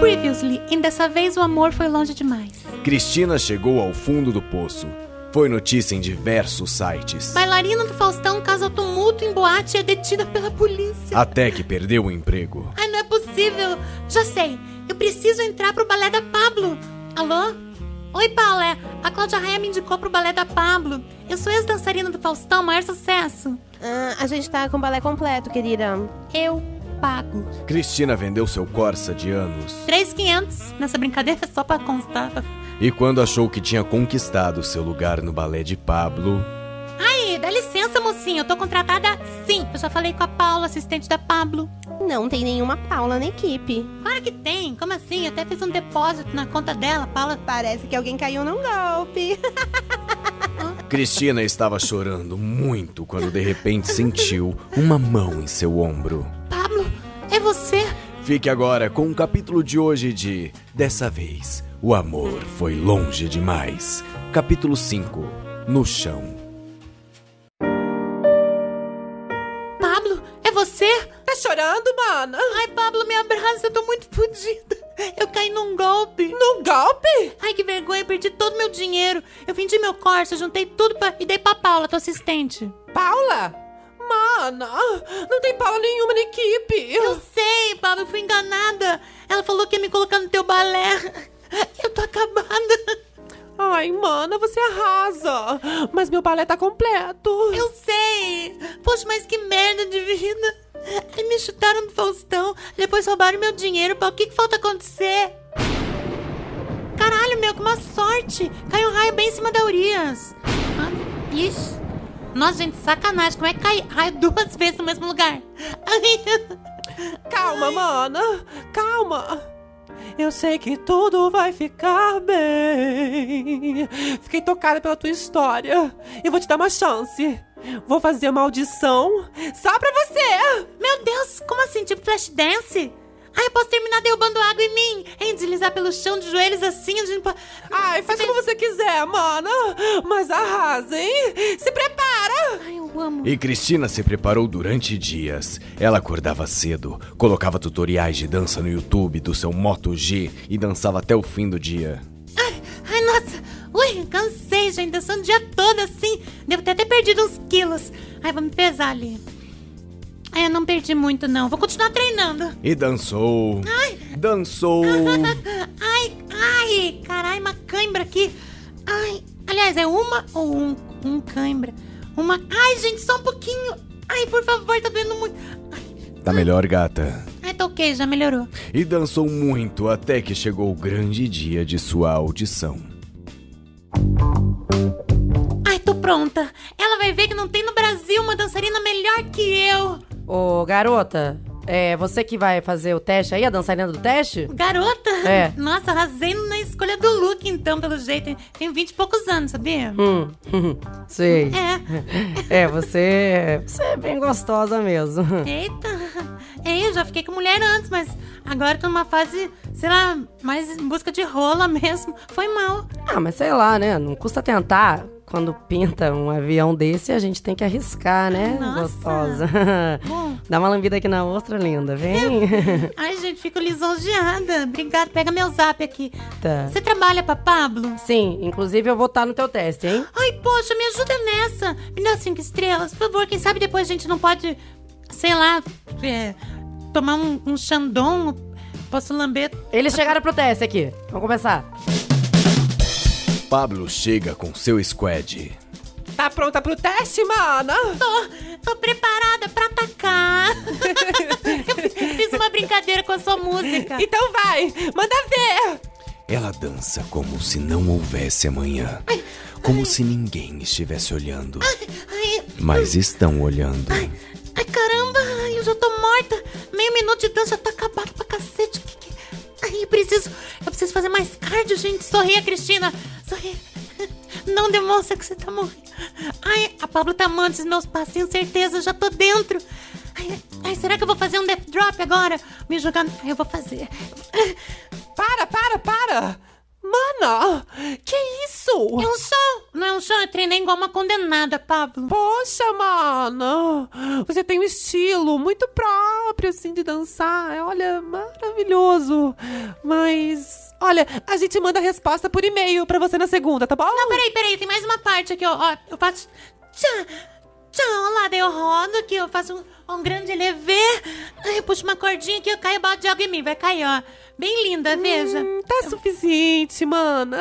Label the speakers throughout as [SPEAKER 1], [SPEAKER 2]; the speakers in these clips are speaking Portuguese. [SPEAKER 1] Previously, e dessa vez o amor foi longe demais.
[SPEAKER 2] Cristina chegou ao fundo do poço. Foi notícia em diversos sites.
[SPEAKER 1] Bailarina do Faustão causa tumulto em boate e é detida pela polícia.
[SPEAKER 2] Até que perdeu o emprego.
[SPEAKER 1] Ai, não é possível. Já sei, eu preciso entrar pro balé da Pablo. Alô? Oi, Paula. A Cláudia Raia me indicou pro balé da Pablo. Eu sou ex-dançarina do Faustão, maior sucesso.
[SPEAKER 3] Ah, a gente tá com o balé completo, querida.
[SPEAKER 1] Eu pago.
[SPEAKER 2] Cristina vendeu seu Corsa de anos.
[SPEAKER 1] 3,500. Nessa brincadeira é só pra constar.
[SPEAKER 2] E quando achou que tinha conquistado seu lugar no balé de Pablo,
[SPEAKER 1] Ai, dá licença, mocinha. Eu tô contratada sim. Eu já falei com a Paula, assistente da Pablo.
[SPEAKER 3] Não tem nenhuma Paula na equipe.
[SPEAKER 1] Claro que tem. Como assim? Eu até fiz um depósito na conta dela, Paula.
[SPEAKER 3] Parece que alguém caiu num golpe.
[SPEAKER 2] Cristina estava chorando muito quando de repente sentiu uma mão em seu ombro.
[SPEAKER 1] Pablo, é você?
[SPEAKER 2] Fique agora com o capítulo de hoje de Dessa vez, o amor foi longe demais. Capítulo 5 No chão.
[SPEAKER 1] Pablo, é você?
[SPEAKER 4] Tá chorando, mana?
[SPEAKER 1] Ai, Pablo, me abraça. Eu tô muito fodida. Eu caí num golpe.
[SPEAKER 4] Num golpe?
[SPEAKER 1] Ai, que vergonha. Perdi todo meu dinheiro. Eu vendi meu Corsa, juntei tudo pra... e dei pra Paula, tua assistente.
[SPEAKER 4] Paula? Mana, não tem Paula nenhuma na equipe.
[SPEAKER 1] Eu sei, Pablo. Eu fui enganada. Ela falou que ia me colocar no teu balé. Eu tô acabada.
[SPEAKER 4] Ai, mana, você arrasa. Mas meu balé tá completo.
[SPEAKER 1] Eu sei! Poxa, mas que merda de vida! Aí me chutaram do Faustão, depois roubaram meu dinheiro, pá, o que, que falta acontecer? Caralho, meu, que uma sorte! Caiu um raio bem em cima da Urias! Ah, Ixi! Nossa, gente, sacanagem, como é que cai raio duas vezes no mesmo lugar? Ai,
[SPEAKER 4] Calma, mana, calma. Eu sei que tudo vai ficar bem. Fiquei tocada pela tua história. Eu vou te dar uma chance. Vou fazer uma audição só pra você.
[SPEAKER 1] Meu Deus, como assim? Tipo flash dance? Ai, eu posso terminar derrubando água em mim, hein? Deslizar pelo chão de joelhos assim, de...
[SPEAKER 4] Ai, faz como você quiser, mana. Mas arrasa, hein? Se prepara.
[SPEAKER 1] Ai, eu amo.
[SPEAKER 2] E Cristina se preparou durante dias. Ela acordava cedo, colocava tutoriais de dança no YouTube do seu Moto G e dançava até o fim do dia.
[SPEAKER 1] Ai, ai, nossa! Ui, cansei, gente. Dançando o dia todo assim. Devo ter até perdido uns quilos. Ai, vou me pesar ali. Ai, eu não perdi muito, não. Vou continuar treinando.
[SPEAKER 2] E dançou. Dançou.
[SPEAKER 1] Ai, ai, carai, uma cãibra aqui. Ai, aliás, é uma ou um, um cãibra? Uma. Ai, gente, só um pouquinho. Ai, por favor, tá doendo muito. Ai,
[SPEAKER 2] Tá melhor, gata.
[SPEAKER 1] ai tá ok, já melhorou.
[SPEAKER 2] e dançou muito até que chegou o grande dia de sua audição.
[SPEAKER 1] Ai, tô pronta. Ela vai ver que não tem no Brasil uma dançarina melhor que eu.
[SPEAKER 5] Ô, garota, é você que vai fazer o teste aí, a dançarina do teste?
[SPEAKER 1] Garota?
[SPEAKER 5] É.
[SPEAKER 1] Nossa, arrasei na escolha do look, então, pelo jeito. Tenho 20 e poucos anos, sabia?
[SPEAKER 5] Hum, sei.
[SPEAKER 1] É.
[SPEAKER 5] É, você, você é bem gostosa mesmo.
[SPEAKER 1] Eita. É, eu já fiquei com mulher antes, mas agora tô numa fase, sei lá, mais em busca de rola mesmo. Foi mal.
[SPEAKER 5] Ah, mas sei lá, né? Não custa tentar. Quando pinta um avião desse, a gente tem que arriscar, né?
[SPEAKER 1] Nossa.
[SPEAKER 5] Gostosa.
[SPEAKER 1] Bom.
[SPEAKER 5] Dá uma lambida aqui na ostra, linda. Vem.
[SPEAKER 1] Ai, gente, fico lisonjeada. Obrigada. Pega meu zap aqui.
[SPEAKER 5] Tá.
[SPEAKER 1] Você trabalha pra Pablo?
[SPEAKER 5] Sim, inclusive eu vou estar no teu teste, hein?
[SPEAKER 1] Ai, poxa, me ajuda nessa. Me dá cinco estrelas, por favor. Quem sabe depois a gente não pode, sei lá, é, tomar um, um xandom. Posso lamber
[SPEAKER 5] Eles chegaram pro teste aqui. Vamos começar.
[SPEAKER 2] Pablo chega com seu squad.
[SPEAKER 4] Tá pronta pro teste, mana?
[SPEAKER 1] Tô, tô preparada pra atacar. Eu fiz- fiz uma brincadeira com a sua música.
[SPEAKER 4] Então vai, manda ver.
[SPEAKER 2] Ela dança como se não houvesse amanhã, como se ninguém estivesse olhando,
[SPEAKER 1] Ai,
[SPEAKER 2] mas estão olhando.
[SPEAKER 1] ai, caramba, ai, eu já tô morta. Meio minuto de dança, tá acabado pra cacete. Que, que... Ai, eu preciso, eu preciso fazer mais cardio, gente. Sorria, Cristina. Sorria. Não demonstra que você tá morrendo. Ai, a Pablo tá amando os meus passinhos, certeza, eu já tô dentro. Ai, ai, será que eu vou fazer um death drop agora? Me jogar. Ai, eu vou fazer.
[SPEAKER 4] Para, para, para. Mana, que isso?
[SPEAKER 1] É um show! Não é um show, eu treinei igual uma condenada, Pablo.
[SPEAKER 4] Poxa, mana, você tem um estilo muito próprio, assim, de dançar. É, Olha, maravilhoso. Mas, olha, a gente manda a resposta por e-mail pra você na segunda, tá bom?
[SPEAKER 1] Não, peraí, peraí, tem mais uma parte aqui, ó. ó eu faço. Tchau! Tchau, lá daí eu rodo aqui, eu faço um, um grande levê. Ai, eu puxo uma cordinha aqui, eu caio o balde de água em mim, vai cair, ó. Bem linda, veja.
[SPEAKER 4] Hum, tá suficiente, mana.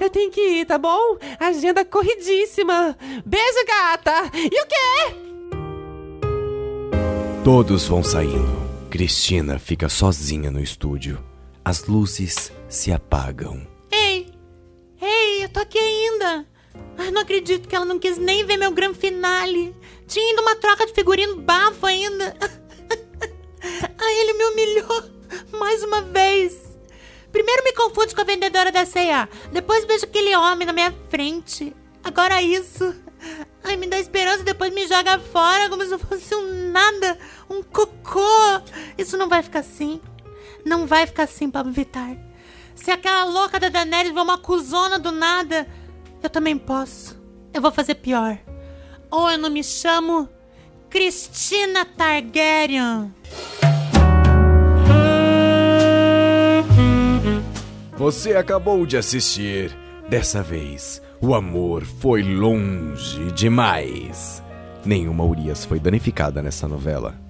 [SPEAKER 4] Eu tenho que ir, tá bom? Agenda corridíssima. Beijo, gata. E o quê?
[SPEAKER 2] Todos vão saindo. Cristina fica sozinha no estúdio. As luzes se apagam.
[SPEAKER 1] Ei! Ei, eu tô aqui ainda! Ai, não acredito que ela não quis nem ver meu grande finale. Tinha ainda uma troca de figurino bafo ainda. Ai, ele me humilhou mais uma vez. Primeiro me confunde com a vendedora da C&A. Depois vejo aquele homem na minha frente. Agora isso. Ai, me dá esperança e depois me joga fora como se eu fosse um nada, um cocô. Isso não vai ficar assim. Não vai ficar assim, Pablo Vittar. Se aquela louca da Daenerys vê uma cuzona do nada, eu também posso. Eu vou fazer pior. Ou eu não me chamo Cristina Targaryen.
[SPEAKER 2] Você acabou de assistir. Dessa vez, o amor foi longe demais. Nenhuma Urias foi danificada nessa novela.